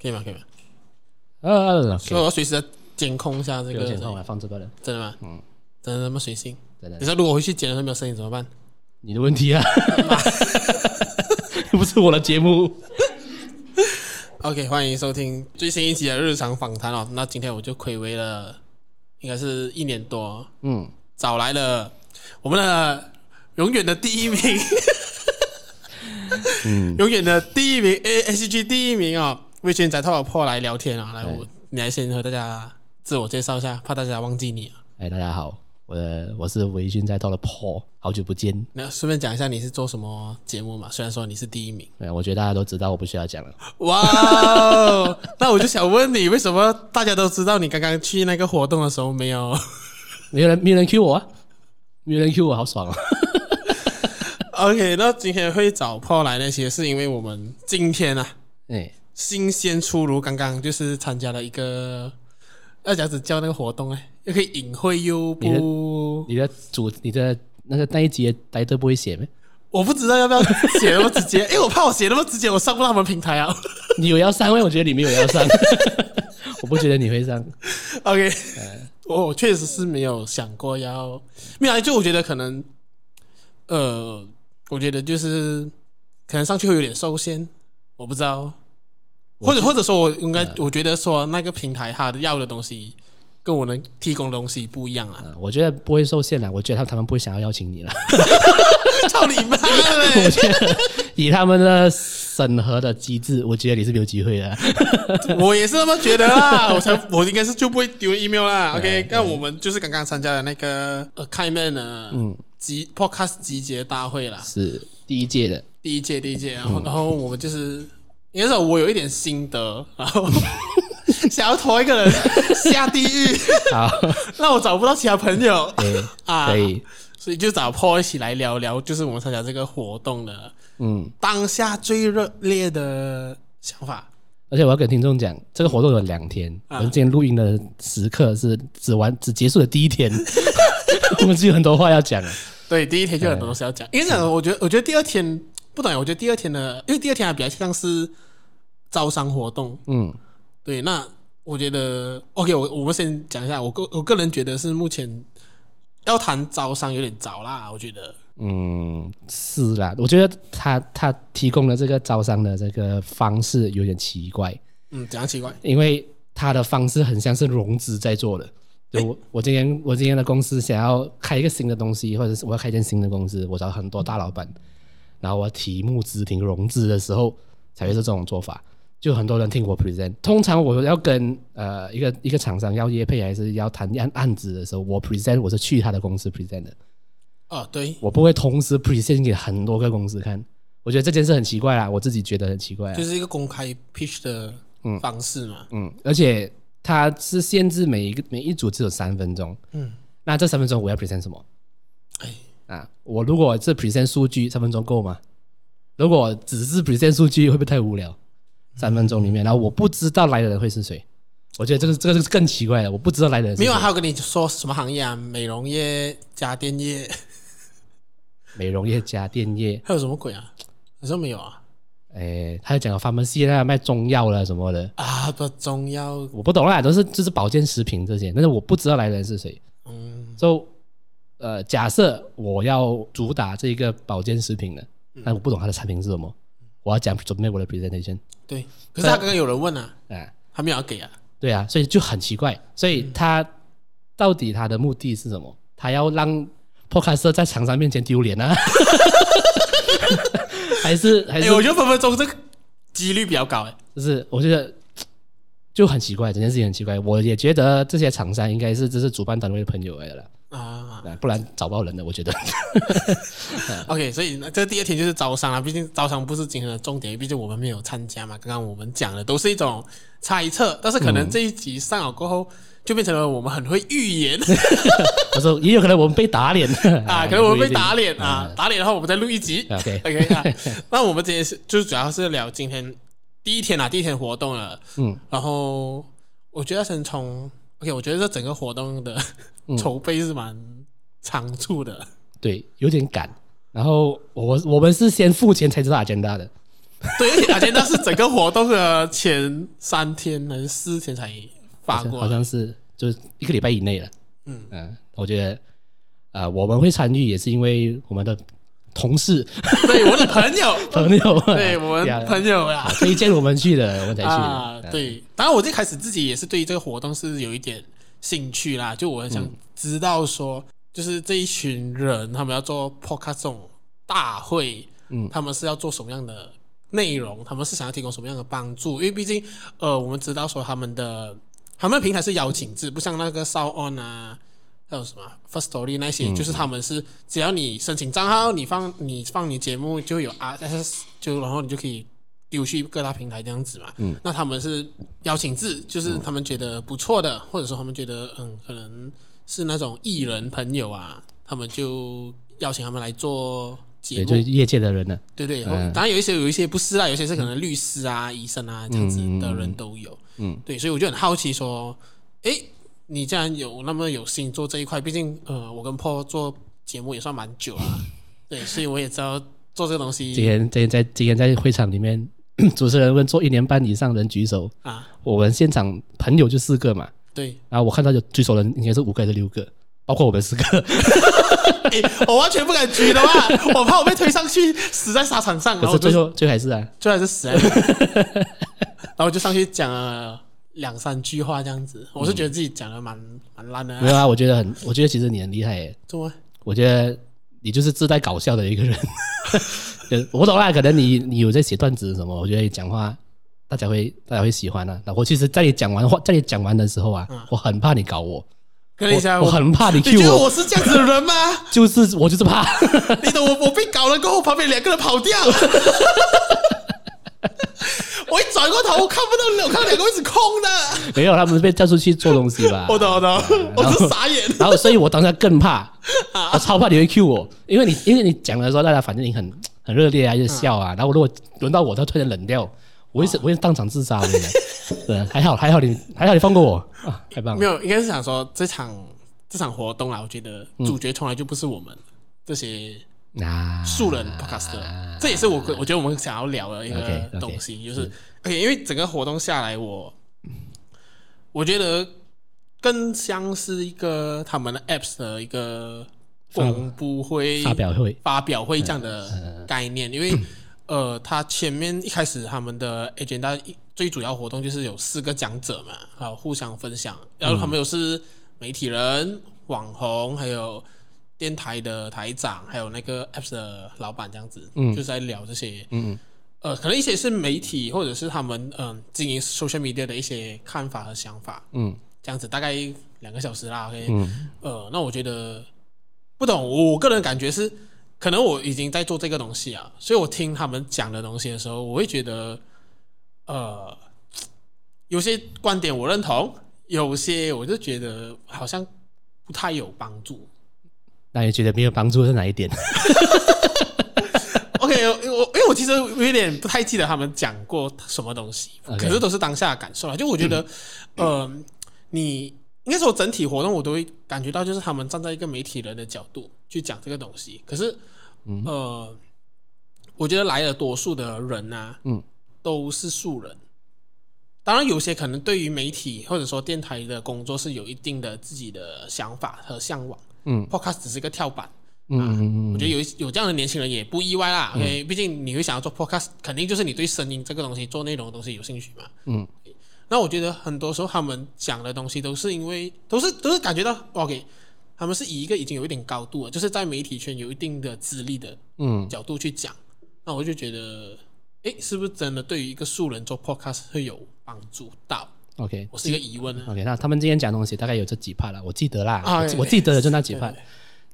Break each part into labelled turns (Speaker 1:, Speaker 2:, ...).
Speaker 1: 可以吗？可以吗？
Speaker 2: 呃，
Speaker 1: 所以我要随时在监控一下这
Speaker 2: 不用
Speaker 1: 个。
Speaker 2: 剪我还放这边了，
Speaker 1: 真的吗？嗯，真的那么随性？
Speaker 2: 真
Speaker 1: 你
Speaker 2: 的，
Speaker 1: 说如果回去剪的时候没有声音怎么办？
Speaker 2: 你的问题 啊，不是我的节目，
Speaker 1: OK，欢迎收听最新一期的日常访谈哦。那今天我就暌违了，应该是一年多，
Speaker 2: 嗯，
Speaker 1: 找来了我们的永远的第一名，嗯， 永远的第一名 A S G 第一名哦，魏轩仔透老破来聊天啊、来我你来先和大家自我介绍一下，怕大家忘记你啊。
Speaker 2: 哎，大家好，我的我是微醺在到了 Paul，好久不见，
Speaker 1: 那顺便讲一下你是做什么节目嘛？虽然说你是第一名，
Speaker 2: 哎，我觉得大家都知道，我不需要讲了，
Speaker 1: 哇哦！那我就想问你，为什么大家都知道你刚刚去那个活动的时候没有？
Speaker 2: 没有人没有人 Q 我啊，没有人 Q 我，好爽啊，
Speaker 1: OK，那今天会找 Paul 来那些，是因为我们今天啊
Speaker 2: 哎，
Speaker 1: 新鲜出炉，刚刚就是参加了一个要讲子叫那个活动呢，又可以隐晦又不，
Speaker 2: 你的主你的那个那一集的 title 不会写咩？
Speaker 1: 我不知道要不要写那么直接，因为 我怕我写那么直接，我上不到他们平台啊。
Speaker 2: 你有要上位，我觉得你没有要 上，我不觉得你会上。
Speaker 1: OK，我呃我确实是没有想过要，没有啊，就我觉得可能，呃，我觉得就是可能上去会有点受限，我不知道，或者或者说我呃应该，我觉得说那个平台它要的东西跟我能提供的东西不一样啊，
Speaker 2: 啊我觉得不会受限了，我觉得他他们不会想要邀请你了。
Speaker 1: 操你妈
Speaker 2: 我
Speaker 1: 嘞！
Speaker 2: 觉得以他们的审核的机制，我觉得你是没有机会的。
Speaker 1: 我也是这么觉得 啦，我才我应该是就不会丢 email 啦。OK，那我们就是刚刚参加的那个呃开曼呢，嗯，集 podcast 集结大会啦，
Speaker 2: 是第一届的，
Speaker 1: 第一届第一
Speaker 2: 嗯
Speaker 1: 届，然后、然后我们就是，应该是我有一点心得，然后 想要拖一个人下地狱，
Speaker 2: 好，
Speaker 1: 那我找不到其他朋友
Speaker 2: 对，
Speaker 1: 啊，
Speaker 2: 可以，
Speaker 1: 所以就找 Paul 一起来聊聊，就是我们参加这个活动的
Speaker 2: 嗯。
Speaker 1: 当下最热烈的想法。
Speaker 2: 而且我要跟听众讲，这个活动有两天，我们今天录音的时刻是只完只结束的第一 天，我们是有很多话要讲的。
Speaker 1: 对，第一天就有很多东西要讲，因为讲，我觉得我觉得第二天不懂，我觉得第二天的，因为第二天还比较像是招商活动，
Speaker 2: 嗯，
Speaker 1: 对，那我觉得 OK，我我们先讲一下，我个我个人觉得是目前要谈招商有点早啦，我觉得
Speaker 2: 嗯，是啦，我觉得他他提供的这个招商的这个方式有点奇怪，
Speaker 1: 嗯，讲奇怪，
Speaker 2: 因为他的方式很像是融资在做的。就我我今天我今天的公司想要开一个新的东西，或者是我要开一间新的公司，我找很多大老板，然后我提募资、挺融资的时候才会是这种做法。就很多人听我 present，通常我要跟呃一个一个厂商要业配还是要谈案案子的时候，我 present 我是去他的公司 present 的，
Speaker 1: 哦，对，
Speaker 2: 我不会同时 present 给很多个公司看。我觉得这件事很奇怪啦，我自己觉得很奇怪啊。
Speaker 1: 就是一个公开 pitch 的方式嘛，
Speaker 2: 嗯，而且它是限制每一个每一组只有三分钟。
Speaker 1: 嗯，
Speaker 2: 那这三分钟我要 present 什么
Speaker 1: 哎，
Speaker 2: 啊？我如果是 present 数据，三分钟够吗？如果只是 present 数据，会不会太无聊？三分钟里面，然后我不知道来的人会是谁，我觉得这个这个是更奇怪了。我不知道来的人是
Speaker 1: 没有啊，
Speaker 2: 谁
Speaker 1: 还有跟你说什么行业啊，美容业、家电业，
Speaker 2: 美容业、家电业，
Speaker 1: 还有什么鬼啊？好像没有啊，
Speaker 2: 哎，他讲 pharmacy 啦，卖中药啦什么的，
Speaker 1: 啊，不中药，
Speaker 2: 我不懂啦，都是就是保健食品这些，但是我不知道来的人是谁。
Speaker 1: 嗯
Speaker 2: 就呃，假设我要主打这个保健食品的，但我不懂它的产品是什么，我要讲准备我的 presentation
Speaker 1: 对，可是他刚刚有人问啊，
Speaker 2: 啊，
Speaker 1: 他没有要给啊，
Speaker 2: 对啊，所以就很奇怪，所以他到底他的目的是什么？他要让 podcast 在厂商面前丢脸啊？还是还
Speaker 1: 哎、
Speaker 2: 是
Speaker 1: 我觉得分分钟这个几率比较高哎、
Speaker 2: 就是我觉得就很奇怪，整件事情很奇怪。我也觉得这些厂商应该是这是主办单位的朋友来的了，
Speaker 1: 啊
Speaker 2: 啊不然找不到人的，我觉得。
Speaker 1: OK，所以那这第二天就是招商啊，毕竟招商不是今天的重点，毕竟我们没有参加嘛。刚刚我们讲的都是一种猜测，但是可能这一集上了过后，就变成了我们很会预言
Speaker 2: 我说也有可能我们被打脸
Speaker 1: 啊，可能我们被打脸啊，打脸的话我们再录一集。
Speaker 2: 不一定。OK，
Speaker 1: OK 啊，那我们今天是就主要是聊今天第一天啊，第一天活动了，
Speaker 2: 嗯，
Speaker 1: 然后我觉得先从 OK，我觉得这整个活动的筹备是蛮长处的。
Speaker 2: 对，有点赶。然后我我们是先付钱才知道 agenda 的，
Speaker 1: 对，而且阿杰那是整个活动的前三天还是四天才发过
Speaker 2: 好
Speaker 1: 来，
Speaker 2: 像是就是一个礼拜以内了。嗯我觉得呃，我们会参与也是因为我们的 同事
Speaker 1: 对我的朋友，
Speaker 2: 朋友，啊
Speaker 1: 对我们朋友啊啦，
Speaker 2: 推荐我们 去的，我们才去的。
Speaker 1: 啊，
Speaker 2: 嗯，
Speaker 1: 对，当然我最开始自己也是对这个活动是有一点兴趣啦，就我很
Speaker 2: 嗯
Speaker 1: 想知道说，就是这一群人他们要做 podcast 这种大会，
Speaker 2: 嗯
Speaker 1: 他们是要做什么样的内容，他们是想要提供什么样的帮助，因为毕竟呃，我们知道说他们的他们的平台是邀请制，不像那个 s o On 啊。还有什么 First Story 那些，就是他们是只要你申请账号，你放你放你节目就会有 RSS，就然后你就可以丢去各大平台这样子嘛。嗯，那他们是邀请制，就是他们觉得不错的，或者说他们觉得嗯，可能是那种艺人朋友啊，他们就邀请他们来做节
Speaker 2: 对，
Speaker 1: 目，啊
Speaker 2: 就是业界的人呢。
Speaker 1: 对对，哦
Speaker 2: 嗯
Speaker 1: 当然有一些有一些不是啦，有一些是可能律师啊、医生啊这样子的人都有。
Speaker 2: 嗯，
Speaker 1: 对，所以我就很好奇说，诶，你既然有那么有心做这一块，毕竟呃，我跟 Paul 做节目也算蛮久 了，对，所以我也知道做这个东
Speaker 2: 今
Speaker 1: 西
Speaker 2: 天今天在今天在会场里面， 主持人问做一年半以上的人举手，
Speaker 1: 啊，
Speaker 2: 我们现场朋友就四个嘛，
Speaker 1: 对，
Speaker 2: 然后我看到有举手的人应该是五个还是六个，包括我们四个。
Speaker 1: 诶，
Speaker 2: 哎
Speaker 1: 我完全不敢举的话，我怕我被推上去死在沙场上，然
Speaker 2: 可
Speaker 1: 后我
Speaker 2: 是
Speaker 1: 就
Speaker 2: 最后最后还是啊，
Speaker 1: 最后还是死在那里， 然后我就上去讲了两三句话这样子，我是觉得自己讲的蛮蛮烂的、
Speaker 2: 没
Speaker 1: 啊，
Speaker 2: 有啊，我觉得很，我觉得其实你很厉害耶，
Speaker 1: 怎么？
Speaker 2: 我觉得你就是自带搞笑的一个人。 呃我不懂啊，可能你你有在写段子什么，我觉得你讲话大家会大家会喜欢啊。那我其实在你讲完话，在你讲完的时候啊，我很怕你搞我，
Speaker 1: 跟你讲，
Speaker 2: 我我很怕你
Speaker 1: 你觉
Speaker 2: Q
Speaker 1: 得
Speaker 2: 我，
Speaker 1: 我是这样子的人吗？
Speaker 2: 就是我就是怕。
Speaker 1: 你懂我我被搞了过后，旁边两个人跑掉， 我一转过头，我看不到，我看到两个位置空的。
Speaker 2: 没有，他们是被叫出去做东西吧？
Speaker 1: 我懂，我懂，我是傻眼。
Speaker 2: 然后，所以我当下更怕，
Speaker 1: 啊
Speaker 2: 我超怕你会 Q 我，因为你因为你讲的时候，大家反应很很热烈啊，就笑啊。然后如果轮到我，他突然冷掉，我会
Speaker 1: 啊
Speaker 2: 是我会当场自杀的。 对，还好还好你还好你放过我啊，太棒
Speaker 1: 没
Speaker 2: 了。
Speaker 1: 有，应该是想说这场这场活动啊，我觉得主角从来就不是我们这些
Speaker 2: 啊，
Speaker 1: 素人 podcaster，这也是我我觉得我们想要聊的一个
Speaker 2: OK，OK，
Speaker 1: 东西，就是 OK，因为整个活动下来，我我觉得更像是一个他们的 apps 的一个公布会
Speaker 2: 发表会
Speaker 1: 发表会这样的概念，因为呃，他前面一开始他们的 agenda 一最主要活动就是有四个讲者嘛，还有互相分享，然后他们有是媒体人、网红，还有电台的台长，还有那个 apps 的老板这样子，嗯，就是在聊这些，嗯。呃，可能一些是媒体，或者是他们嗯、经营 social media 的一些看法和想法，
Speaker 2: 嗯
Speaker 1: 这样子大概两个小时啦。OK，、
Speaker 2: 嗯
Speaker 1: 呃，那我觉得不懂，我我个人感觉是，可能我已经在做这个东西啊，所以我听他们讲的东西的时候，我会觉得，呃，有些观点我认同，有些我就觉得好像不太有帮助。
Speaker 2: 那你觉得没有帮助是哪一点？
Speaker 1: OK，我我因为我其实有点不太记得他们讲过什么东西
Speaker 2: OK 嗯
Speaker 1: 可是都是当下的感受啊。就我觉得，呃，你应该说整体活动我都会感觉到，就是他们站在一个媒体人的角度去讲这个东西。可是，
Speaker 2: 嗯
Speaker 1: 呃，我觉得来了多数的人呐、
Speaker 2: 嗯，
Speaker 1: 都是素人。当然，有些可能对于媒体或者说电台的工作是有一定的自己的想法和向往。
Speaker 2: 嗯
Speaker 1: ，Podcast 只是一个跳板，
Speaker 2: 嗯嗯
Speaker 1: 啊我
Speaker 2: 嗯
Speaker 1: 觉得有一有这样的年轻人也不意外啦，因为毕竟你会想要做 podcast，肯定就是你对声音这个东西、做内容的东西有兴趣嘛。
Speaker 2: 嗯，
Speaker 1: 那我觉得很多时候他们讲的东西都是因为都是都是感觉到 OK，他们是以一个已经有一点高度了，就是在媒体圈有一定的资历的
Speaker 2: 嗯
Speaker 1: 角度去讲，那我就觉得，诶，是不是真的对于一个素人做 podcast 会有帮助到？
Speaker 2: ，OK
Speaker 1: 我是一个疑问啊。
Speaker 2: OK，那他们今天讲的东西大概有这几 part 了，我记得啦，
Speaker 1: 啊
Speaker 2: 我记
Speaker 1: 对
Speaker 2: 我记得的就那几
Speaker 1: 哎对
Speaker 2: part
Speaker 1: 对。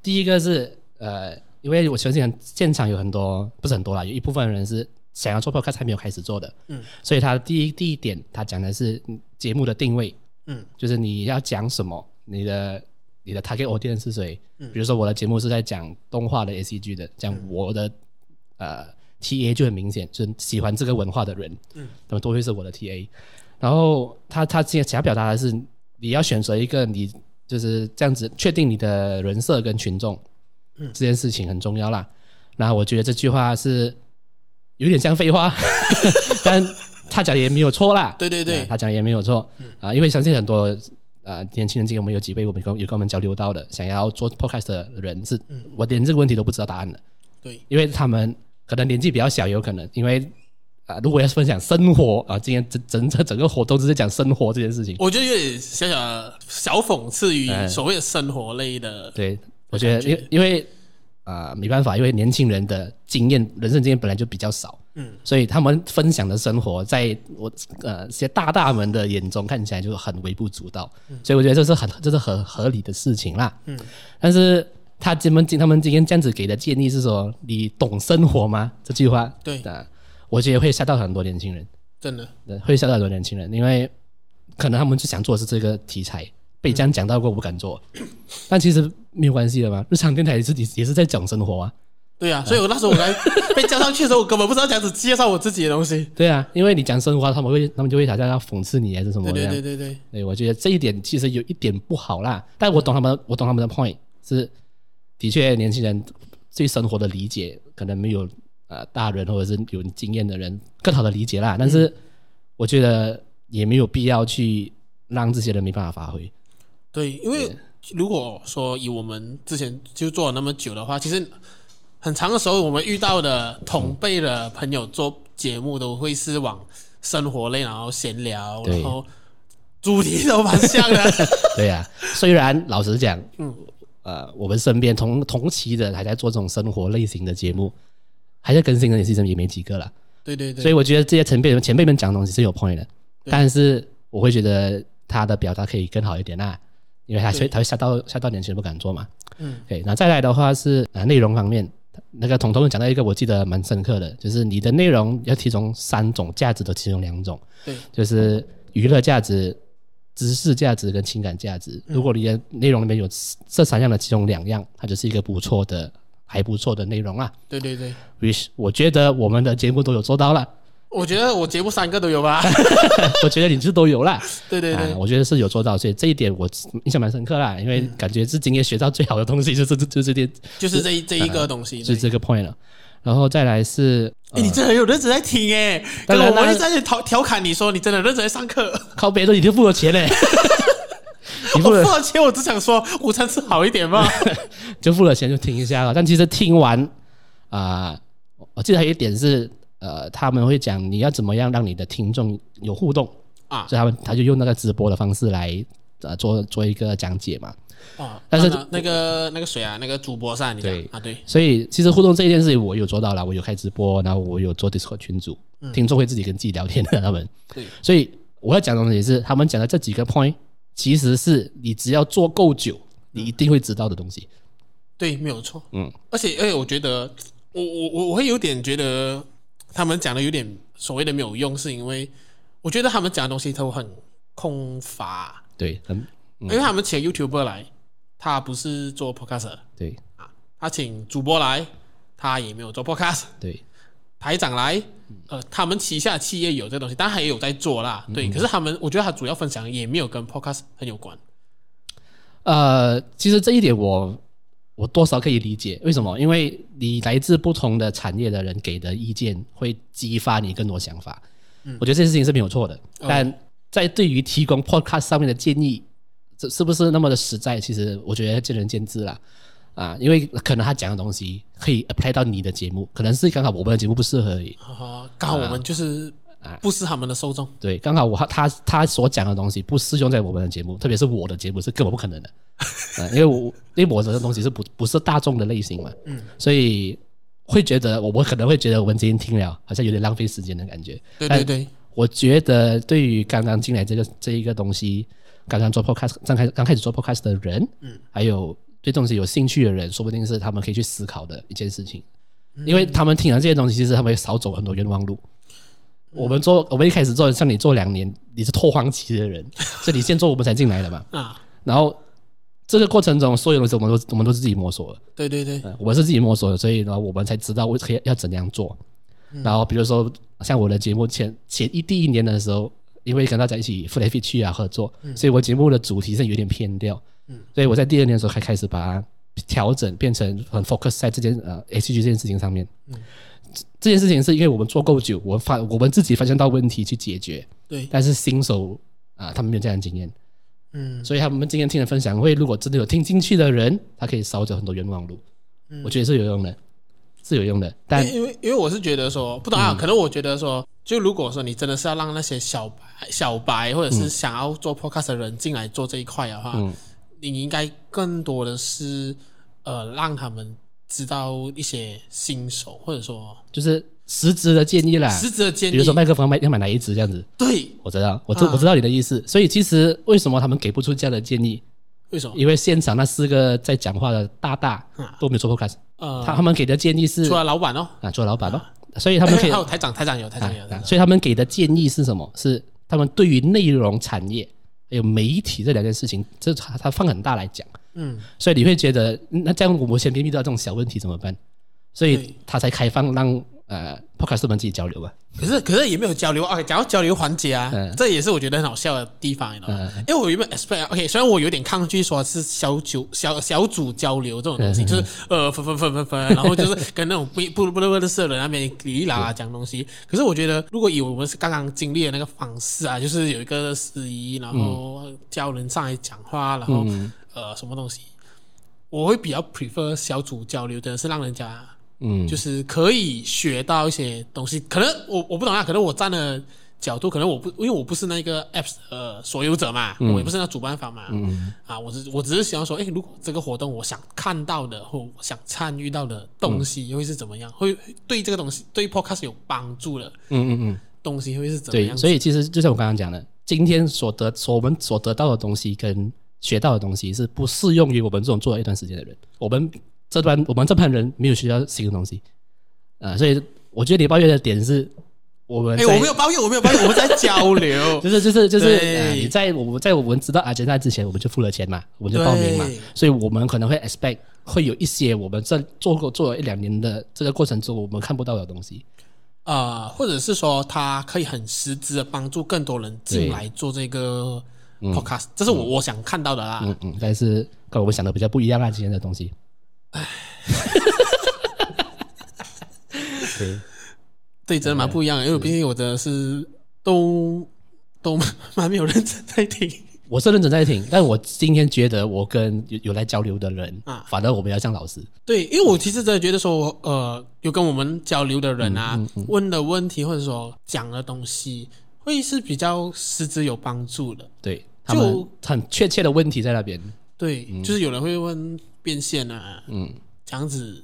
Speaker 2: 第一个是呃，因为我相信现场有很多，不是很多啦，有一部分人是想要做 podcast 还没有开始做的，
Speaker 1: 嗯，
Speaker 2: 所以他第一第一点，他讲的是嗯节目的定位，
Speaker 1: 嗯，
Speaker 2: 就是你要讲什么，你的你的 target audience 是谁，
Speaker 1: 嗯
Speaker 2: 比如说我的节目是在讲动画的 A C G 的，讲我的、呃 T A 就很明显，就是喜欢这个文化的人，
Speaker 1: 嗯，
Speaker 2: 他们都会是我的 T A，然后他他今天想要表达的是，你要选择一个你就是这样子确定你的人设跟群众，
Speaker 1: 嗯
Speaker 2: 这件事情很重要啦。那我觉得这句话是有点像废话， 但他讲也没有错啦。
Speaker 1: 对对对嗯
Speaker 2: 啊他讲也没有错啊，因为相信很多啊年轻人，今天我们有几位我们有跟我们交流到的，想要做 podcast 的人是，
Speaker 1: 嗯
Speaker 2: 我连这个问题都不知道答案的，
Speaker 1: 对，
Speaker 2: 因为他们可能年纪比较小，有可能因为。啊，如果要分享生活啊，今天整整整整个活动都是讲生活这件事情。
Speaker 1: 我觉得有点小小的小讽刺于所谓的生活类的，
Speaker 2: 哎对，我觉得因为因为啊、没办法，因为年轻人的经验、人生经验本来就比较少，嗯，所以他们分享的生活，在我呃一些大大们的眼中看起来就是很微不足道，所以我觉得这是很这是很合理的事情啦，嗯，但是。他今们今他们今天这样子给的建议是说，你懂生活吗？这句话，
Speaker 1: 对
Speaker 2: 啊，我觉得会吓到很多年轻人。
Speaker 1: 真的，
Speaker 2: 对会吓到很多年轻人，因为可能他们就想做的是这个题材，被
Speaker 1: 嗯
Speaker 2: 这样讲到过不敢做，但其实没有关系的嘛。日常电台也是也也是在讲生活啊，
Speaker 1: 对啊，所以我那时候我来被叫上去的时候，我根本不知道怎样子介绍我自己的东西。
Speaker 2: 对啊，因为你讲生活，他们会他们就会想像要讽刺你还是什么
Speaker 1: 对
Speaker 2: 这
Speaker 1: 对
Speaker 2: 样。
Speaker 1: 对对对，
Speaker 2: 对，我觉得这一点其实有一点不好啦，但我懂他们，我懂他们的 point 是，的确年轻人对生活的理解可能没有呃大人或者是有经验的人更好的理解啦，但
Speaker 1: 嗯
Speaker 2: 是我觉得也没有必要去让这些人没办法发挥。
Speaker 1: 对，因为如果说以我们之前就做了那么久的话，其实很长的时候，我们遇到的同辈的朋友做节目都会是往生活类，然后闲聊，
Speaker 2: 对
Speaker 1: 然后主题都蛮像的。
Speaker 2: 对呀、虽然老实讲，呃，我们身边同同期的还在做这种生活类型的节目，还在更新的也是也没几个了。
Speaker 1: 对对
Speaker 2: 所
Speaker 1: 对
Speaker 2: 以我觉得这些前辈们前辈们讲的东西是有 point 的，但是我会觉得他的表达可以更好一点啦、因为他
Speaker 1: 对
Speaker 2: 会他会吓到吓到年轻人不敢做嘛。嗯，对，那再来的话是呃内容方面，那个彤彤讲到一个我记得蛮深刻的，就是你的内容要提供三种价值的其中两种，
Speaker 1: 对，
Speaker 2: 就是娱乐价值、知识价值跟情感价值。
Speaker 1: 嗯
Speaker 2: 如果你的内容里面有这三样的其中两样，它就是一个不错的还不错的内容啦。
Speaker 1: 对对对，
Speaker 2: which 我觉得我们的节目都有做到了。
Speaker 1: 我觉得我节目三个都有 吧。
Speaker 2: 我觉得你是都有啦，
Speaker 1: 对对对嗯
Speaker 2: 啊，，我觉得是有做到，所以这一点我印象蛮深刻啦，因为感觉是今天学到最好的东西就是就这点，
Speaker 1: 就是这一这一个东西。
Speaker 2: 就是这个 point 了。然后再来是呃
Speaker 1: 哎，你真的很有认真在听哎，
Speaker 2: 当
Speaker 1: 跟
Speaker 2: 然
Speaker 1: 我
Speaker 2: 啦
Speaker 1: 们一直在调调侃你说你真的认真在上课。
Speaker 2: 靠别的，你就付我钱嘞， 你付
Speaker 1: 我
Speaker 2: 了
Speaker 1: 付了钱，我只想说午餐吃好一点 嘛。
Speaker 2: 就付了钱就听一下了。但其实听完啊、我我记得还有一点是呃，他们会讲你要怎么样让你的听众有互动
Speaker 1: 啊
Speaker 2: 所以他们他就用那个直播的方式来呃做做一个讲解嘛。
Speaker 1: 啊，
Speaker 2: 但是
Speaker 1: 啊那那个那个谁啊，那个主播是啊，你讲
Speaker 2: 对
Speaker 1: 啊，对
Speaker 2: 所以其实互动这一件事情，我有做到了，我有开直播，然后我有做 Discord 群组，听众会自己跟自己聊天的他们。
Speaker 1: 对，
Speaker 2: 所以我要讲的东西是，他们讲的这几个 point，其实是你只要做够久，你一定会知道的东西。
Speaker 1: 对，没有错。
Speaker 2: 嗯，
Speaker 1: 而且而哎且，我觉得我我我我会有点觉得他们讲的有点所谓的没有用，是因为我觉得他们讲的东西都很空乏，
Speaker 2: 对，很
Speaker 1: 因为他们请 YouTuber 来，他不是做 Podcast，
Speaker 2: 对
Speaker 1: 他请主播来，他也没有做 Podcast。
Speaker 2: 对
Speaker 1: 台长来，
Speaker 2: 嗯
Speaker 1: 呃，他们旗下企业有这东西，当然也有在做啦，对。可是他们，我觉得他主要分享也没有跟 podcast 很有关，
Speaker 2: 呃，其实这一点我我多少可以理解，为什么？因为你来自不同的产业的人给的意见，会激发你更多想法。我觉得这件事情是没有错的，但在对于提供 podcast 上面的建议，这是不是那么的实在？其实我觉得见仁见智啦。啊，因为可能他讲的东西可以 apply 到你的节目，可能是刚好我们的节目不适合而已。
Speaker 1: 啊，刚好我们就是不是他们的受众，
Speaker 2: 对，刚好我他他所讲的东西不适用在我们的节目，特别是我的节目是根本不可 能的，呃，因为我因为我的东西是不不是大众的类型嘛，嗯，所以会觉得我我可能会觉得我们今天听了好像有点浪费时间的感觉。
Speaker 1: 对
Speaker 2: 但
Speaker 1: 对对，
Speaker 2: 我觉得对于刚刚进来这个这一个东西，刚刚做 podcast 刚开刚开始做 podcast 的人，嗯，还有对东西有兴趣的人，说不定是他们可以去思考的一件事情，因为他们听了这些东西，其实他们会少走很多冤枉路。我们做，我们一开始做，像你做两年，你是拓荒期的人，所以你先做，我们才进来的嘛。
Speaker 1: 啊，
Speaker 2: 然后这个过程中，所有东西我们都我们都是自己摸索的，
Speaker 1: 对对对，
Speaker 2: 呃我是自己摸索的，所以呢，我们才知道我可以要怎样做。然后比如说像我的节目前前一第一年的时候，因为跟大家一起飞来飞去啊合作，所以我节目的主题是有点偏掉。所以我在第二年的时候才开始把它调整，变成很 focus 在这件呃 H G 这件事情上面。这件事情是因为我们做够久，我发我们自己发现到问题去解决，
Speaker 1: 对，
Speaker 2: 但是新手啊、他们没有这样的经验，
Speaker 1: 嗯
Speaker 2: 所以他们今天听的分享会，如果真的有听进去的人，他可以少走很多冤枉路，
Speaker 1: 嗯
Speaker 2: 我觉得是有用的，是有用的。但
Speaker 1: 因
Speaker 2: 嗯
Speaker 1: 为因为因为我是觉得说，不懂啊，可能我觉得说，就如果说你真的是要让那些小白、小白或者是想要做 podcast 的人进来做这一块的话，
Speaker 2: 嗯
Speaker 1: 你应该更多的是呃让他们知道一些新手或者说
Speaker 2: 就是实质的建议啦，
Speaker 1: 实质的建
Speaker 2: 啊比
Speaker 1: 议啊
Speaker 2: 如，说麦克风买要买哪一支这样子，
Speaker 1: 对，
Speaker 2: 我知道，我知、我知道你的意思。所以其实为什么他们给不出这样的建议？
Speaker 1: 为什么？
Speaker 2: 因为现场那四个在讲话的大大
Speaker 1: 啊
Speaker 2: 都没有做 podcast，他
Speaker 1: 呃，
Speaker 2: 他们给的建议是
Speaker 1: 除了老板哦，
Speaker 2: 啊做老板咯，所以他 们可以
Speaker 1: 还有台长，台长有，台长有，台
Speaker 2: 啊，
Speaker 1: 长有
Speaker 2: 所以他们给的建议是什么？是他们对于内容产业还有媒体这两件事情，这他他放很大来讲，
Speaker 1: 嗯，
Speaker 2: 所以你会觉得嗯那这样我们前面遇到这种小问题怎么办？所以
Speaker 1: 对
Speaker 2: 他才开放让呃 podcast 们自己交流啊，
Speaker 1: 可是可是也没有交流啊，讲到交流环节啊，
Speaker 2: 嗯
Speaker 1: 这也是我觉得很好笑的地方，你知道吗？因为我原本 expect OK，虽然我有点抗拒说是小组小小组交流这种东西，就是呃分分分分分，然后就是跟那种不不不不的社人那边哩哩啦啦讲东西。可是我觉得，如果以我们是刚刚经历的那个方式啊，就是有一个司仪，然后叫人上来讲话，然后、呃什么东西，我会比较 prefer 小组交流，真的是让人家
Speaker 2: 嗯，
Speaker 1: 就是可以学到一些东西。可能我我不懂啊，可能我站的角度，可能我不因为我不是那个 app 呃所有者嘛，
Speaker 2: 嗯
Speaker 1: 我也不是那主办方嘛，啊，我只我只是想说，哎，如果这个活动我想看到的或我想参与到的东西会是怎么样，会会对这个东西对 podcast 有帮助的
Speaker 2: 嗯嗯嗯，
Speaker 1: 东西会是怎么
Speaker 2: 对，
Speaker 1: 样？
Speaker 2: 所以其实就像我刚刚讲的，今天所得所我们所得到的东西跟学到的东西是不适用于我们这种做了一段时间的人。我们这段我们这班人没有学到新的东西，啊，所以我觉得你抱怨的点是我们
Speaker 1: 哎，
Speaker 2: 在
Speaker 1: 我没有抱怨，我没有抱怨，我们在交流
Speaker 2: 就。是就是就是、
Speaker 1: 对
Speaker 2: 呃、你在我们在我们知道阿杰那之前，我们就付了钱嘛，我们就报名嘛
Speaker 1: 对，
Speaker 2: 所以我们可能会 expect 会有一些我们这做过做了一两年的这个过程中我们看不到的东西。
Speaker 1: 呃，或者是说它可以很实质的帮助更多人进来做这个 podcast，、这是我我想看到的啦。
Speaker 2: 嗯嗯，但是跟我们想的比较不一样啊，今天的东西。 对，
Speaker 1: 对，真的蛮不一样的，因为毕竟我真的是都都 蛮没有认真在听。
Speaker 2: 我是认真在听，但我今天觉得我跟有有来交流的人，
Speaker 1: 啊
Speaker 2: 反而我们要像老师，
Speaker 1: 对，因为我其实真的觉得说，呃，有跟我们交流的人啊，问的问题或者说讲的东西，会是比较实质有帮助的。
Speaker 2: 对他们很确切的问题在那边。
Speaker 1: 对，就是有人会问变现啊，嗯，这样子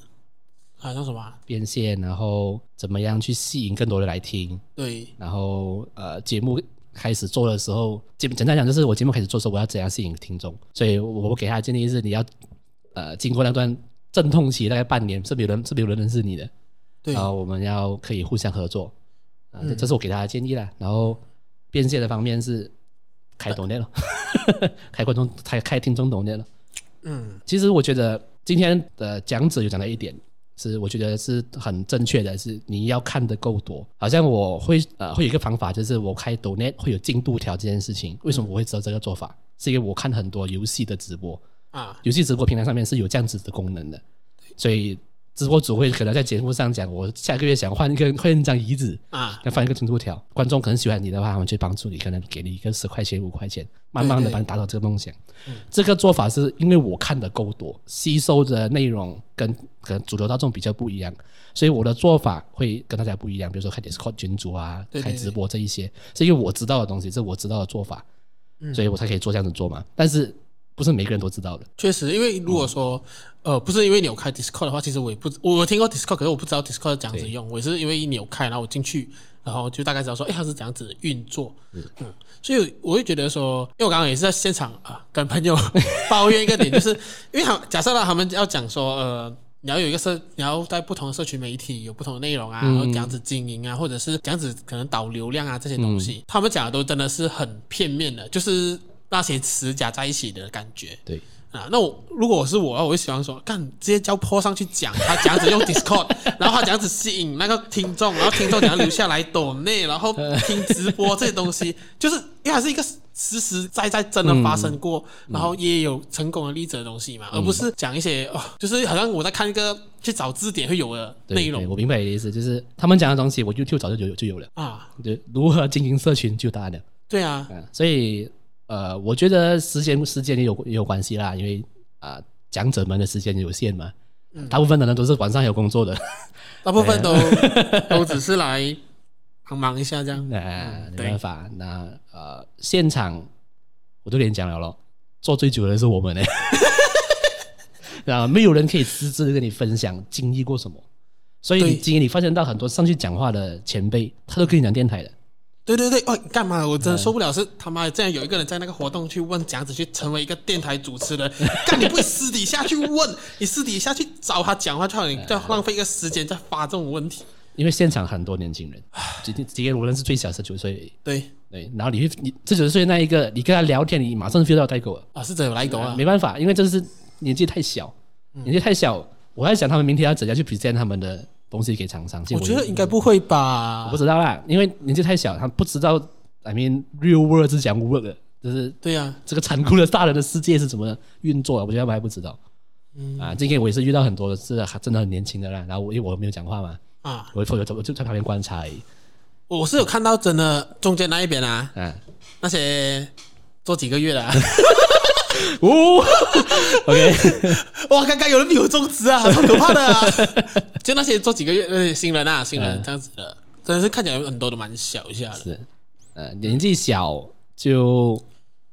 Speaker 1: 好像什么啊？
Speaker 2: 变现，然后怎么样去吸引更多人来听，
Speaker 1: 对，
Speaker 2: 然后呃，节目开始做的时候，简简单讲就是我节目开始做的时候，我要怎样吸引听众？所以我我给他的建议是，你要呃经过那段阵痛期，大概半年是没有人是没有人认识你的，
Speaker 1: 对
Speaker 2: 然后我们要可以互相合作，啊、这这是我给他的建议啦。然后变现的方面是开抖念了， 开观众开开听众抖念了。
Speaker 1: 嗯，
Speaker 2: 其实我觉得今天的讲者有讲到一点，是我觉得是很正确的，是你要看得够多。好像我会呃会有一个方法，就是我开 Donate 会有进度条这件事情。为什么我会知道这个做法？是因为我看很多游戏的直播，
Speaker 1: 啊，
Speaker 2: 游戏直播平台上面是有这样子的功能的，所以直播主会可能在节目上讲，我下个月想换一个 换一张椅子。
Speaker 1: 啊，
Speaker 2: 要放一个进度条，观众可能喜欢你的话，他们就帮助你，可能给你一个十块钱、五块钱，慢慢的帮你达到这个梦想。这个做法是因为我看的够多，吸收的内容跟可能主流大众比较不一样，所以我的做法会跟大家不一样。比如说开 Discord 群组啊，
Speaker 1: 对对
Speaker 2: 开直播这一些，是因为我知道的东西，这是我知道的做法，
Speaker 1: 嗯
Speaker 2: 所以我才可以做这样子做嘛。但是不是每个人都知道的，
Speaker 1: 确实，因为如果说、呃不是因为你有开 Discord 的话，其实我也不知我有听过 Discord，可是我不知道 Discord 怎样子用。我也是因为你有开，然后我进去，然后就大概知道说，哎，它是怎样子运作。嗯所以我会觉得说，因为我刚刚也是在现场啊、跟朋友抱怨一个点，就是因为他假设呢，他们要讲说呃。你要有一个社，你要在不同的社群媒体有不同的内容啊，然后这样子经营啊，或者是这样子可能导流量啊这些东西，他们讲的都真的是很片面的，就是那些词夹在一起的感觉。
Speaker 2: 对，
Speaker 1: 啊，那我如果我是我啊，我会喜欢说，干直接叫坡上去讲，他这样子用 Discord，然 后他这样子吸引那个听众，然后听众怎样留下来抖内，然后听直播这些东西，就是因为它是一个实实在在真的发生过，然后也有成功的例子的东西嘛，而不是讲一些哦，就是好像我在看一个去找字典会有的
Speaker 2: 对
Speaker 1: 内
Speaker 2: 对
Speaker 1: 容
Speaker 2: 我明白你的意思，就是他们讲的东西，我 YouTube 早就有就有了，
Speaker 1: 啊，
Speaker 2: 就如何经营社群就有答案了。
Speaker 1: 对啊，
Speaker 2: 嗯，所以呃，我觉得时间时间也有也有关系啦，因为啊、讲者们的时间有限嘛，
Speaker 1: 嗯
Speaker 2: 大部分的人都是晚上有工作的，
Speaker 1: 大部分都都只是来帮忙一下这样，
Speaker 2: 那哎没
Speaker 1: 嗯对
Speaker 2: 办法，那呃，现场我都连讲了咯，做最久的是我们呢， 啊，没有人可以实质的跟你分享经历过什么，所以你
Speaker 1: 对
Speaker 2: 今天你发现到很多上去讲话的前辈，他都跟你讲电台的，
Speaker 1: 对对对，哦，干嘛？我真的受不了，
Speaker 2: 哎
Speaker 1: 是他妈的，竟然有一个人在那个活动去问讲子去成为一个电台主持人， 干你不会私底下去问，你私底下去找他讲话就好，你再浪费一个时间在发这种问题。因
Speaker 2: 因为现场很多年轻人，今天今天无论是最小十九岁而已，
Speaker 1: 对
Speaker 2: 对，然后你会你这九岁那一个，你跟他聊天，你马上 feel 到代沟了。
Speaker 1: 啊，是真的有来狗啊
Speaker 2: 没，办法，因为这是年纪太小，
Speaker 1: 嗯
Speaker 2: 年纪太小，我在想他们明天要怎样去 present 他们的东西给厂商。其
Speaker 1: 我
Speaker 2: 实
Speaker 1: 觉得
Speaker 2: 也
Speaker 1: 应该不会
Speaker 2: 我
Speaker 1: 吧
Speaker 2: 不？知道啦，因为年纪太小，他不知道 I mean real world 是讲 work 的，就是
Speaker 1: 对呀、啊，
Speaker 2: 这个残酷的大人的世界是怎么运作的，我觉得他们还不知道。
Speaker 1: 嗯
Speaker 2: 啊，今天我也是遇到很多是还真的很年轻的啦，然后我因为我没有讲话嘛，
Speaker 1: 啊，
Speaker 2: 我我我就在旁边观察而已。
Speaker 1: 我是有看到真的中间那一边啊，
Speaker 2: 啊，
Speaker 1: 那些做几个月 的、啊，
Speaker 2: 哦，OK，
Speaker 1: 哇，刚刚有人比我中职 啊，超可怕的、啊。就那些做几个月那些新人啊，新人
Speaker 2: 嗯
Speaker 1: 这样子的，真的是看起来很多都蛮小一下的。
Speaker 2: 是，呃，年纪小就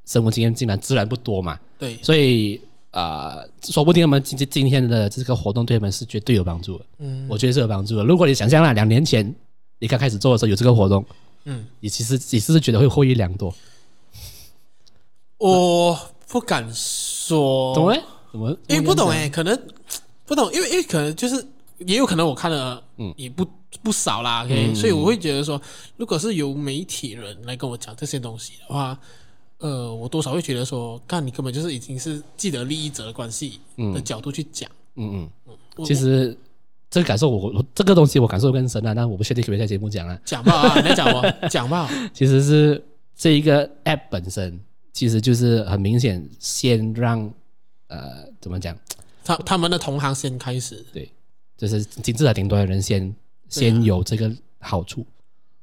Speaker 2: 生活经验竟然自然不多嘛，
Speaker 1: 对，
Speaker 2: 所以啊、呃说不定他们今今天的这个活动对他们是绝对有帮助的。嗯，我觉得是有帮助的。如果你想象啦，两年前你刚开始做的时候有这个活动，
Speaker 1: 嗯，
Speaker 2: 你其实你是不是觉得会获益良多？
Speaker 1: 哦我不敢说，
Speaker 2: 懂没？怎么？
Speaker 1: 因为不懂哎、可能不懂，因为因为可能就是也有可能我看了，
Speaker 2: 嗯
Speaker 1: 也不不少啦，OK，、所以我会觉得说，如果是由媒体人来跟我讲这些东西的话，呃，我多少会觉得说，看你根本就是已经是既得利益者的关系的角度去讲，
Speaker 2: 嗯嗯，
Speaker 1: 我
Speaker 2: 其实这个感受我我这个东西我感受更深了，啊但我不确定可不可以在节目讲啊。
Speaker 1: 讲吧 啊，你在讲吧，讲吧，
Speaker 2: 其实是这一个 app 本身，其实就是很明显先让呃怎么讲？
Speaker 1: 他他们的同行先开始，
Speaker 2: 对，就是金字塔顶端的人
Speaker 1: 啊
Speaker 2: 先先有这个好处。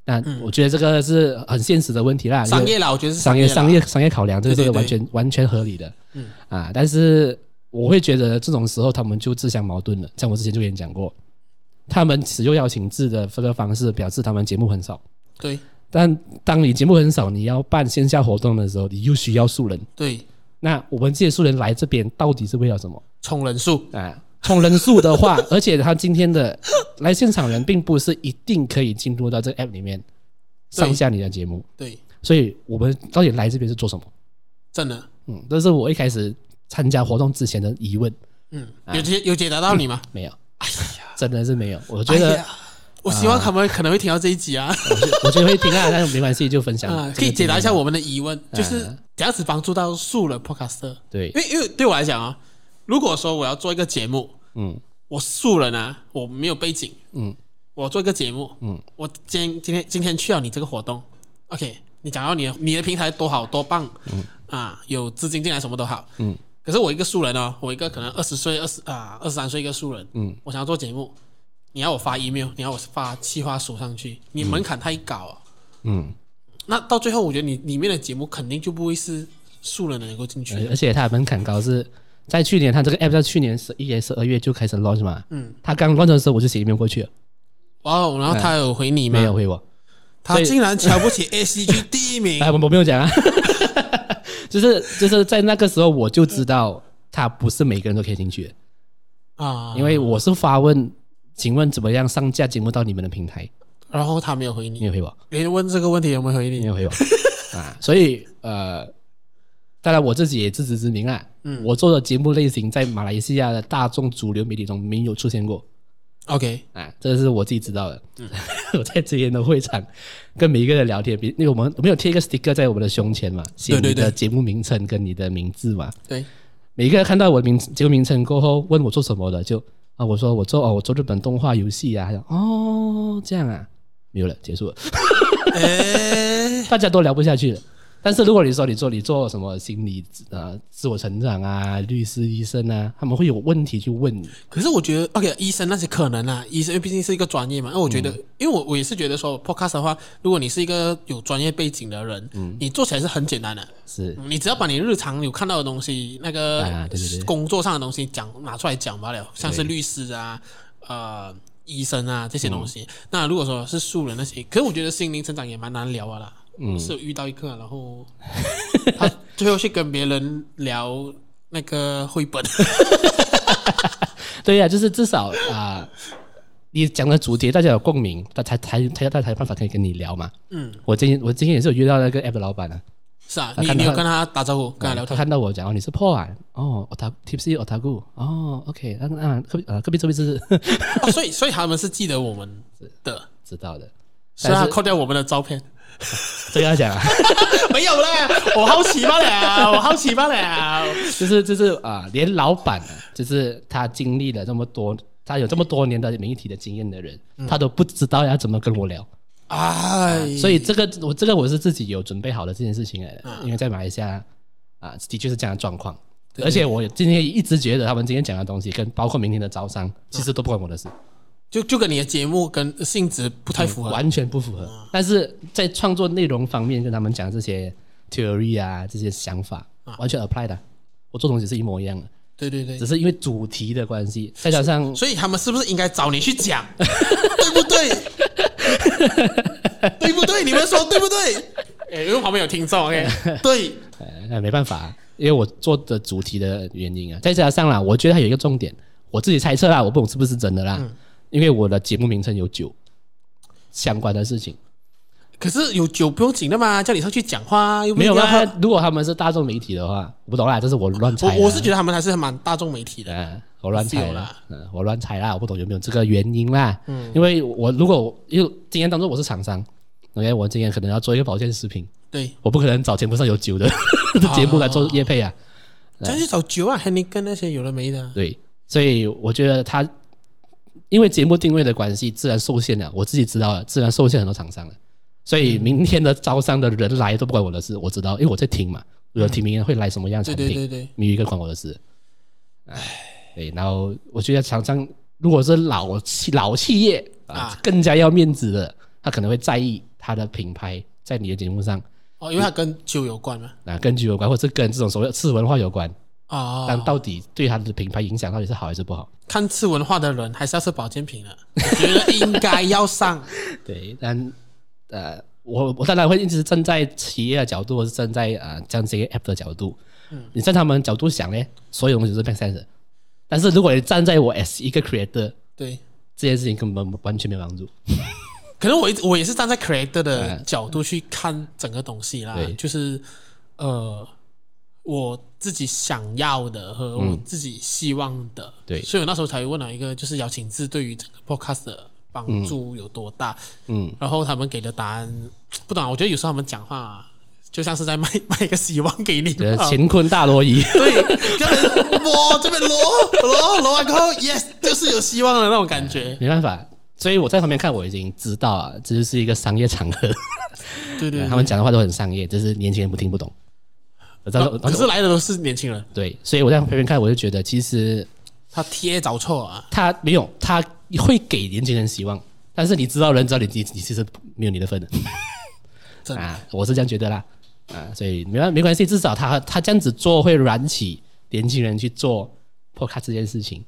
Speaker 2: 那我觉得这个是很现实的问题啦，因为
Speaker 1: 嗯商业啦，我觉得是
Speaker 2: 商
Speaker 1: 业
Speaker 2: 业
Speaker 1: 啦
Speaker 2: 商业商业考量，这个这
Speaker 1: 对对
Speaker 2: 个
Speaker 1: 对
Speaker 2: 完全完全合理的。嗯啊，但是我会觉得这种时候他们就自相矛盾了。像我之前就跟你讲过，他们使用邀请制的这个方式，表示他们节目很少。
Speaker 1: 对
Speaker 2: 但当你节目很少，你要办线下活动的时候，你又需要素人。
Speaker 1: 对，
Speaker 2: 那我们这些素人来这边到底是为了什么？
Speaker 1: 冲人数，
Speaker 2: 啊，从人数的话，而且他今天的来现场人并不是一定可以进入到这个 app 里面上下你的节目，
Speaker 1: 对，
Speaker 2: 所以我们到底来这边是做什么？
Speaker 1: 真的，
Speaker 2: 嗯，这是我一开始参加活动之前的疑问，
Speaker 1: 嗯，
Speaker 2: 哎
Speaker 1: 有解有解答到你吗？
Speaker 2: 没有，真的是没有。我觉
Speaker 1: 哎
Speaker 2: 得啊
Speaker 1: 呀，我希望他们可能会听到这一集啊，
Speaker 2: 我觉得我觉得会听啊，但是没关系，就分享
Speaker 1: 啊，
Speaker 2: 嗯这个
Speaker 1: 可以解答一下
Speaker 2: 经验。嗯
Speaker 1: 我们的疑问，就是怎样子帮助到素人 podcaster？
Speaker 2: 对
Speaker 1: 因，为因为对我来讲啊，如果说我要做一个节目，
Speaker 2: 嗯
Speaker 1: 我素人啊，我没有背景，
Speaker 2: 嗯，
Speaker 1: 我做一个节目，
Speaker 2: 嗯，
Speaker 1: 我今天今天今天去了你这个活动，OK，你讲到哦你的你的平台多好多棒，嗯啊，有资金进来什么都好，
Speaker 2: 嗯，
Speaker 1: 可是我一个素人哦，我一个可能二十岁、二十啊二十三岁一个素人，
Speaker 2: 嗯，
Speaker 1: 我想要做节目，你要我发 email，你要我发企划书上去，你门槛太高啊、
Speaker 2: 嗯，
Speaker 1: 那到最后我觉得你里面的节目肯定就不会是素人能够进去
Speaker 2: 而
Speaker 1: 的，
Speaker 2: 而且它的门槛高是。在去年，它这个 app 在去年十一月、十二月就开始 launch 嘛。
Speaker 1: 嗯，
Speaker 2: 它刚 launch 的时候，我就写 email 过去了，
Speaker 1: 哇哦，然后他有回你吗？
Speaker 2: 哎没有，回我。
Speaker 1: 他
Speaker 2: 所以
Speaker 1: 竟然瞧不起 A C G 第一名
Speaker 2: 哎，，我我没有讲啊， 就是就是在那个时候我就知道，他不是每个人都可以进去的，
Speaker 1: 啊，
Speaker 2: 因为我是发问，请问怎么样上架节目到你们的平台？
Speaker 1: 然后他没有回你
Speaker 2: 你，有回我？
Speaker 1: 连问这个问题有没有回
Speaker 2: 你
Speaker 1: 你？
Speaker 2: 有回我 啊？所以呃，当然我自己也自知之明啊，
Speaker 1: 嗯
Speaker 2: 我做的节目类型在马来西亚的大众主流媒体中没有出现过。
Speaker 1: OK，
Speaker 2: 啊，这是我自己知道的。
Speaker 1: 嗯
Speaker 2: 我在之前的会场跟每一个人聊天，比因为我们我们有贴一个 sticker 在我们的胸前嘛，写
Speaker 1: 对对
Speaker 2: 你的
Speaker 1: 对
Speaker 2: 节目名称跟你的名字嘛。
Speaker 1: 对，
Speaker 2: 每一个人看到我的名节目名称过后，问我做什么的，就啊，我说我做哦，我做日本动画游戏啊，他讲哦这样啊，没有了，结束了，
Speaker 1: 哎，
Speaker 2: 大家都聊不下去了。但是如果你说你做你做什么心理呃自我成长啊，律师、医生啊，他们会有问题去问你。
Speaker 1: 可是我觉得，OK，医生那些可能啊，医生因为毕竟是一个专业嘛。那我觉
Speaker 2: 嗯
Speaker 1: 得，因为我我也是觉得说，podcast 的话，如果你是一个有专业背景的人，
Speaker 2: 嗯
Speaker 1: 你做起来是很简单的。
Speaker 2: 是
Speaker 1: 你只要把你日常有看到的东西，那个
Speaker 2: 啊对对对
Speaker 1: 工作上的东西讲拿出来讲罢了，像是律师啊、呃医生啊这些东
Speaker 2: 嗯
Speaker 1: 西。那如果说是素人那些，可是我觉得心灵成长也蛮难聊啊啦。嗯，是有遇到一个，然后 他最后去跟别人聊那个绘本，
Speaker 2: 对呀、就是至少啊、你讲的主题大家有共鸣，他才才才他才有办法可以跟你聊嘛。
Speaker 1: 嗯，
Speaker 2: 我今天我今天也是有遇到那个 app 的老板啊，
Speaker 1: 是啊，
Speaker 2: 啊
Speaker 1: 你
Speaker 2: 看
Speaker 1: 你有
Speaker 2: 到
Speaker 1: 跟他打招呼，跟他聊
Speaker 2: 他
Speaker 1: 天，
Speaker 2: 看到我讲哦，你是 Paul 啊，哦，Otaku Tipsy Otaku，哦，OK，那那隔壁呃隔壁这边是
Speaker 1: 哦所以所以他们是记得我们的，
Speaker 2: 知道的，
Speaker 1: 是啊，
Speaker 2: 但是
Speaker 1: 扣掉我们的照片，
Speaker 2: 这个要讲啊，
Speaker 1: 没有啦，我好奇罢了，我好奇罢了，
Speaker 2: 就是就是啊、连老板啊，就是他经历了这么多，他有这么多年的媒体的经验的人，他都不知道要怎么跟我聊。
Speaker 1: 哎，
Speaker 2: 所以这个我这个我是自己有准备好的这件事情来的，因为在马来西亚啊，的确是这样的状况。而且我今天一直觉得他们今天讲的东西，跟包括明天的招商，其实都不关我的事，
Speaker 1: 就就跟你的节目跟性质不太符合，啊
Speaker 2: 完全不符合。但是在创作内容方面，跟他们讲这些 theory 啊，这些想法，完全 apply 的。我做东西是一模一样的，
Speaker 1: 对对对
Speaker 2: 只，是因为主题的关系，再加上
Speaker 1: 所以他们是不是应该找你去讲， 对不 对？对不对？你们说对不对？ 哎，因为旁边有听众，OK，对，
Speaker 2: 呃，没办法、因为我做的主题的原因啊，再加上啦，我觉得还有一个重点，我自己猜测啦，我不懂是不是真的啦，
Speaker 1: 嗯
Speaker 2: 因为我的节目名称有酒相关的事情，
Speaker 1: 可是有酒不用请的嘛，叫你上去讲话又不
Speaker 2: 没有
Speaker 1: 应
Speaker 2: 啦。
Speaker 1: 该
Speaker 2: 他如果他们是大众媒体的话，我不懂啦，这是我乱猜啦啊
Speaker 1: 我我是觉得他们还是蛮大众媒体的，
Speaker 2: 呃，我乱
Speaker 1: 是
Speaker 2: 猜
Speaker 1: 有
Speaker 2: 啦
Speaker 1: 啦，
Speaker 2: 嗯、我乱猜啦，我不懂有没有这个原因啦。嗯，因为我如果我因为今天当做我是厂商，OK，我今天可能要做一个保健食品，
Speaker 1: 对，
Speaker 2: 我不可能找节目上有酒的 的节目来做业配啊。
Speaker 1: 再去找酒啊、Henny 跟那些有的没的，
Speaker 2: 对，所以我觉得他因为节目定位的关系，自然受限了。我自己知道了，自然受限很多厂商了。所
Speaker 1: 嗯
Speaker 2: 以明天的招商的人来都不关我的事，我知道，因为我在听嘛，我有听明天会来什么样的
Speaker 1: 对嗯
Speaker 2: 产
Speaker 1: 对
Speaker 2: 品，
Speaker 1: 对对，
Speaker 2: 没有一个关我的事。唉，对，然后我觉得厂商如果是老企老企业啊，
Speaker 1: 啊
Speaker 2: 更加要面子的，他可能会在意他的品牌在你的节目上
Speaker 1: 哦，因为它跟酒有关嘛，
Speaker 2: 啊，跟酒有关，或者是跟这种所谓的次文化有关，
Speaker 1: 哦，
Speaker 2: 但到底对他的品牌影响到底是好还是不好？
Speaker 1: 看次文化的人还是要吃保健品的，我觉得应该要上。
Speaker 2: 对，但呃，我我当然会一直站在企业的角度，或是站在呃这样这些 app 的角度。
Speaker 1: 嗯
Speaker 2: 你站他们角度想呢，所有东西都是 make sense 的。但是如果你站在我 as 一个 creator，
Speaker 1: 对，
Speaker 2: 这件事情根本完全没帮助。
Speaker 1: 可能我一我也是站在 creator 的角度去看整个东西啦
Speaker 2: 对，
Speaker 1: 就是呃，我自己想要的和我自己希望的。
Speaker 2: 对
Speaker 1: 所以我那时候才问了一个，就是邀请制对于整个 podcast 的帮助有多大。
Speaker 2: 嗯，
Speaker 1: 然后他们给的答案，不懂啊，我觉得有时候他们讲话、就像是在卖 卖一个希望给你。
Speaker 2: 觉得
Speaker 1: 啊
Speaker 2: 乾坤大挪移，
Speaker 1: 对，就是摸这边挪挪挪完过后，yes，就是有希望的那种感觉。
Speaker 2: 没办法。所以我在旁边看，我已经知道啊，这就是一个商业场合，
Speaker 1: 对对，啊
Speaker 2: 他们讲的话都很商业，只是年轻人不听不懂。我知道
Speaker 1: 对可是来的都是年轻人，
Speaker 2: 对，所以我在旁边看，我就觉得其实
Speaker 1: 他贴找错啊。
Speaker 2: 他没有，他会给年轻人希望，但是你知道人知道你你你其实没有你的份的
Speaker 1: 真的
Speaker 2: 啊，我是这样觉得啦啊，所以没关没关系，至少他他这样子做会燃起年轻人去做 podcast 这件事情。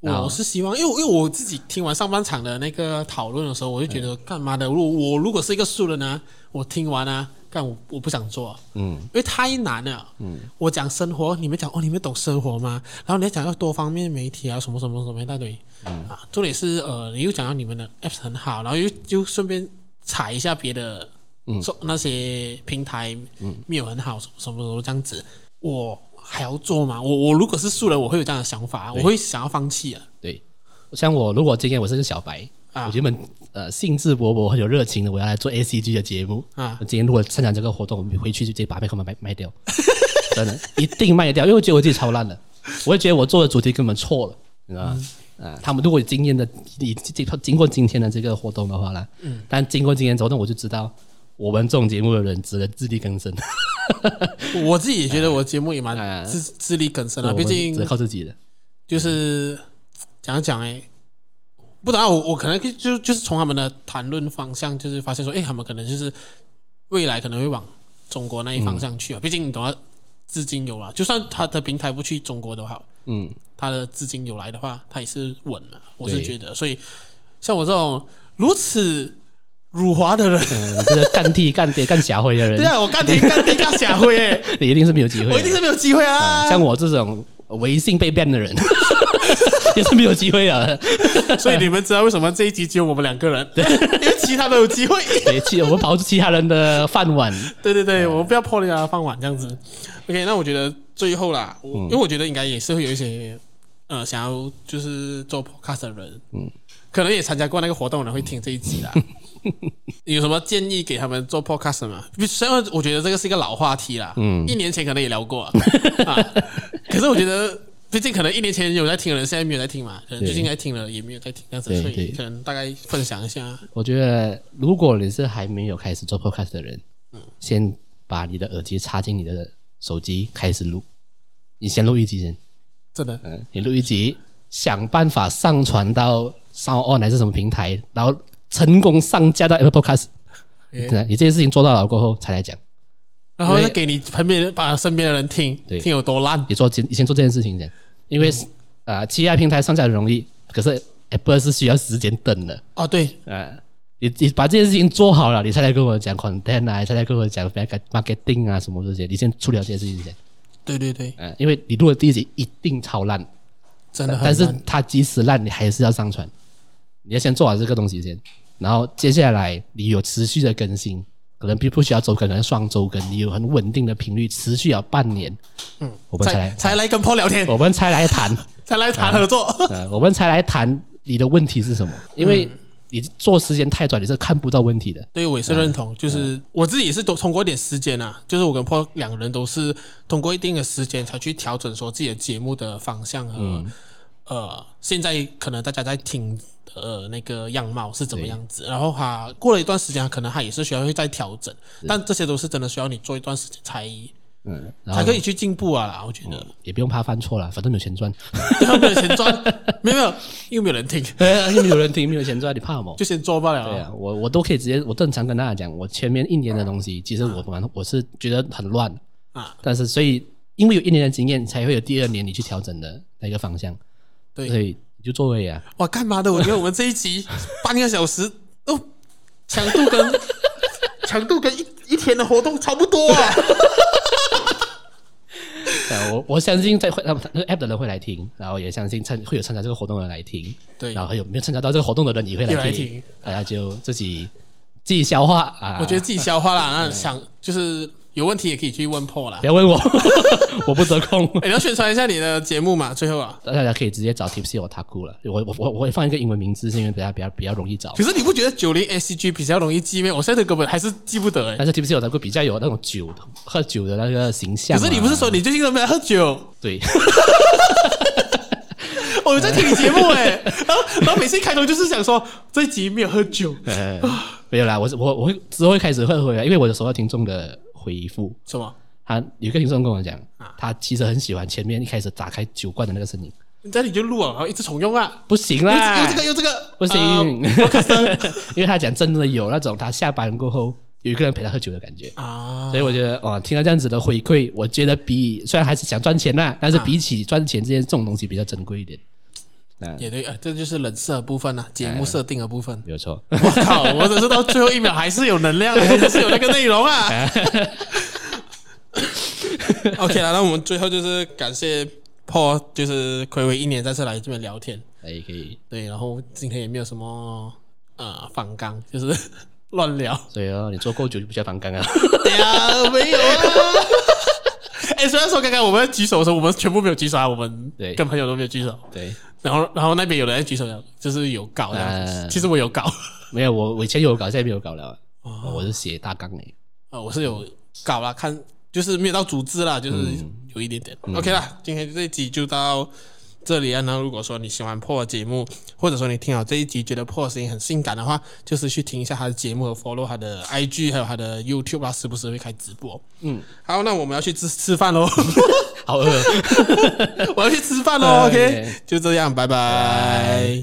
Speaker 2: 然
Speaker 1: 我
Speaker 2: 后
Speaker 1: 是希望，因为因为我自己听完上半场的那个讨论的时候，我就觉得干嘛的？如我如果是一个素人呢、我听完啊，干我我不想做，嗯，因为太难了，嗯，我讲生活，你们讲哦，你们懂生活吗？然后你还讲要多方面媒体啊，什么什么什么一大堆，
Speaker 2: 嗯
Speaker 1: 啊，重点是呃，你又讲到你们的 app 很好，然后又又顺便踩一下别的，嗯，那些平台，嗯，没有很好，什么什么什么这样子，我还要做吗？我我如果是素人，我会有这样的想法，我会想要放弃啊。
Speaker 2: 对，像我如果今天我是个小白，
Speaker 1: 啊
Speaker 2: 我原本呃兴致勃勃、很有热情的，我要来做 A C G 的节目
Speaker 1: 啊
Speaker 2: 我今天如果 参加这个活动，我回去就直接把麦克风卖卖掉，真的一定卖掉，因为我觉得我自己超烂的。我会觉得我做的主题根本错了，你知道吗？
Speaker 1: 嗯
Speaker 2: 啊，他们如果有经验的，你经经过今天的这个活动的话啦，嗯，但经过今天之后，那我就知道我们这种节目的人只能自力更生，
Speaker 1: 我自己也觉得我节目也
Speaker 2: 哎
Speaker 1: 蛮自自力更生了，
Speaker 2: 我
Speaker 1: 啊毕
Speaker 2: 们只
Speaker 1: 竟
Speaker 2: 能靠自己的。
Speaker 1: 就是讲讲哎，不然我我可能就就是从他们的谈论方向，就是发现说，哎，他们可能就是未来可能会往中国那一方向去啊。毕竟你懂啊，资金有了，就算他的平台不去中国都好，
Speaker 2: 嗯，
Speaker 1: 他的资金有来的话，他也是稳了。我是
Speaker 2: 对
Speaker 1: 觉得，所以像我这种如此辱华的人，
Speaker 2: 嗯你这个干地干爹干侠会的
Speaker 1: 对
Speaker 2: 人，
Speaker 1: 啊，我干爹干爹干下辉欸，
Speaker 2: 你一定是没有机会
Speaker 1: 我一定
Speaker 2: 的。
Speaker 1: 是没有机会啊。
Speaker 2: 像我这种微信被 ban 的人， 也是没有机会啊。
Speaker 1: 所以你们知道为什么这一集只有我们两个人， 因为其他都有机会。
Speaker 2: 对，其我们跑出其他人的饭碗。
Speaker 1: 对对对，我们不要破例啊，放碗这样子。OK，那我觉得最后啦，我因为我觉得应该也是会有一些呃想要就是做 podcast 的人，嗯，可能也参加过那个活动的人会听这一集啦。你有什么建议给他们做 podcast 吗？虽然我觉得这个是一个老话题啦，嗯，一年前可能也聊过啊，啊可是我觉得。毕竟可能一年前有在听的人，现在没有在听嘛，可能最近在听了也没有在听，这样子，
Speaker 2: 对
Speaker 1: 所以
Speaker 2: 对
Speaker 1: 可能大概分享一下。
Speaker 2: 我觉得，如果你是还没有开始做 podcast 的人，先把你的耳机插进你的手机开始录，你先录一集先，
Speaker 1: 真的，
Speaker 2: 嗯，你录一集，想办法上传到 Sound On 还是什么平台，然后成功上架到 Apple Podcast，
Speaker 1: 诶
Speaker 2: 对你这件事情做到了过后才来讲。
Speaker 1: 然后再给你旁边人把身边的人听，
Speaker 2: 对
Speaker 1: 听有多烂。
Speaker 2: 也做以前做这件事情的，因为
Speaker 1: 嗯
Speaker 2: 啊，其他平台上架容易，可是 Apple 是需要时间等的。
Speaker 1: 哦，对，
Speaker 2: 呃，你你把这件事情做好了，你才来跟我讲 content 啊，才来跟我讲 marketing 啊什么这些，你先处理好这件事情先。
Speaker 1: 对对对，
Speaker 2: 呃，因为你录的第一集一定超烂，
Speaker 1: 真的
Speaker 2: 但
Speaker 1: 很
Speaker 2: 但是
Speaker 1: 烂
Speaker 2: 它即使烂，你还是要上传，你要先做好这个东西先，然后接下来你有持续的更新，可能并不需要周更，可能双周更，你有很稳定的频率，持续了半年，嗯，我们才
Speaker 1: 才
Speaker 2: 来，
Speaker 1: 才来跟 Paul 聊天，
Speaker 2: 我们才来谈。
Speaker 1: 才来谈合作。
Speaker 2: 呃，我们才来谈你的问题是什么，
Speaker 1: 嗯
Speaker 2: 因为你做时间太短，你是看不到问题的。
Speaker 1: 对，我也是认
Speaker 2: 啊
Speaker 1: 同，就是我自己也是都通过一点时间啊，就是我跟 Paul 两个人都是通过一定的时间才去调整说自己的节目的方向和、
Speaker 2: 嗯
Speaker 1: 呃，现在可能大家在听的呃那个样貌是怎么样子，然后他过了一段时间，可能他也是需要会再调整，但这些都是真的需要你做一段时间才
Speaker 2: 嗯，然
Speaker 1: 才
Speaker 2: 后
Speaker 1: 可以去进步啊啦，我觉得。
Speaker 2: 也不用怕犯错了，反正没有 钱赚，
Speaker 1: 然后没有钱赚，没有没有，又没有人听，
Speaker 2: 又没有人听，没有钱赚，你怕 什么？
Speaker 1: 就先做罢了。
Speaker 2: 对啊，我我都可以直接，我正常跟大家讲，我前面一年的东西，其实我蛮我是觉得很乱
Speaker 1: 啊，
Speaker 2: 但是所以因为有一年的经验，才会有第二年你去调整的那个方向，
Speaker 1: 对
Speaker 2: 所以你就做而已啊。
Speaker 1: 哇，干嘛的？我觉得我们这一集半个小时哦，强度跟强度跟一一天的活动差不多啊。
Speaker 2: 对啊我我相信在会那个 app 的人会来听，然后也相信参会有参加这个活动的人来听，
Speaker 1: 对
Speaker 2: 然后有没有参加到这个活动的人也会
Speaker 1: 也来
Speaker 2: 来
Speaker 1: 听
Speaker 2: 听，大家就自己自己消化啊。
Speaker 1: 我觉得自己消化啦，那想就是有问题也可以去问破啦
Speaker 2: 不。要问我， 我不得空。
Speaker 1: 哎，你要宣传一下你的节目嘛？最后啊，
Speaker 2: 大家可以直接找 Tipsy 我 t a k u 了，我我我我会放一个英文名字，是因为大家比较比较容易找
Speaker 1: 可。是你不觉得九零 ACG 比较容易记吗？我现在根本还是记不得哎。
Speaker 2: 但是 Tipsy 我 t a k u 比较有那种酒喝酒的那个形象
Speaker 1: 可
Speaker 2: 啊。
Speaker 1: 是你不是说你最近都没来喝酒？
Speaker 2: 对？
Speaker 1: 我有在听你节目哎、 然后然后每次开头就是想说这一集没有喝酒，
Speaker 2: 呃没有啦，我是我我会之后会开始会回来，因为我有收到听众的回复，
Speaker 1: 什么？
Speaker 2: 他有一个听众跟我讲，他其实很喜欢前面一开始打开酒罐的那个声音，
Speaker 1: 你在你就录啊，然后一直重用啊，
Speaker 2: 不行
Speaker 1: 又
Speaker 2: 啦，
Speaker 1: 又这个又这个，
Speaker 2: 不
Speaker 1: 呃
Speaker 2: 行， 因为他讲真的有那种他下班过后有一个人陪他喝酒的感觉。
Speaker 1: 啊，
Speaker 2: 所以我觉得，哇，听到这样子的回馈，我觉得比虽然还是想赚钱啦，但是比起赚钱这件这种东西比较珍贵一点。
Speaker 1: 也对，呃这就是人设的部分啊，节目设定的部分。
Speaker 2: 没有错，
Speaker 1: 我靠，我只是到最后一秒还是有能量，还是有那个内容啊。OK 啦，那我们最后就是感谢 Paul，就是暌违一年再次来这边聊天。
Speaker 2: 可哎以可以。
Speaker 1: 对，然后今天也没有什么呃反纲，就是 乱聊。
Speaker 2: 所以哦，你做够久就不需要反 感啊。
Speaker 1: 对啊，没有啊。 哎、虽然说刚刚我们举手的时候，我们全部没有举手啊，我们
Speaker 2: 对
Speaker 1: 跟朋友都没有举手。
Speaker 2: 对，
Speaker 1: 然后，然后那边有人举手了，就是有搞这样子
Speaker 2: 啊
Speaker 1: 其实我有搞，
Speaker 2: 没哦 有我我以前有搞，现在没有搞了。我是写大纲诶，
Speaker 1: 呃，我是有搞啦，看就是没有到组织啦，就是有一点点。OK 啦，今天这一集就到这里啊。那如果说你喜欢破的节目，或者说你听好这一集觉得破的声音很性感的话，就是去听一下他的节目和 follow 他的 IG，还有他的 YouTube 啦，时不时会开直播。嗯， 好，那我们要去吃吃饭 喽，
Speaker 2: 好饿。呃
Speaker 1: 哎我要去吃饭喽。OK，
Speaker 2: OK
Speaker 1: 就这样，拜拜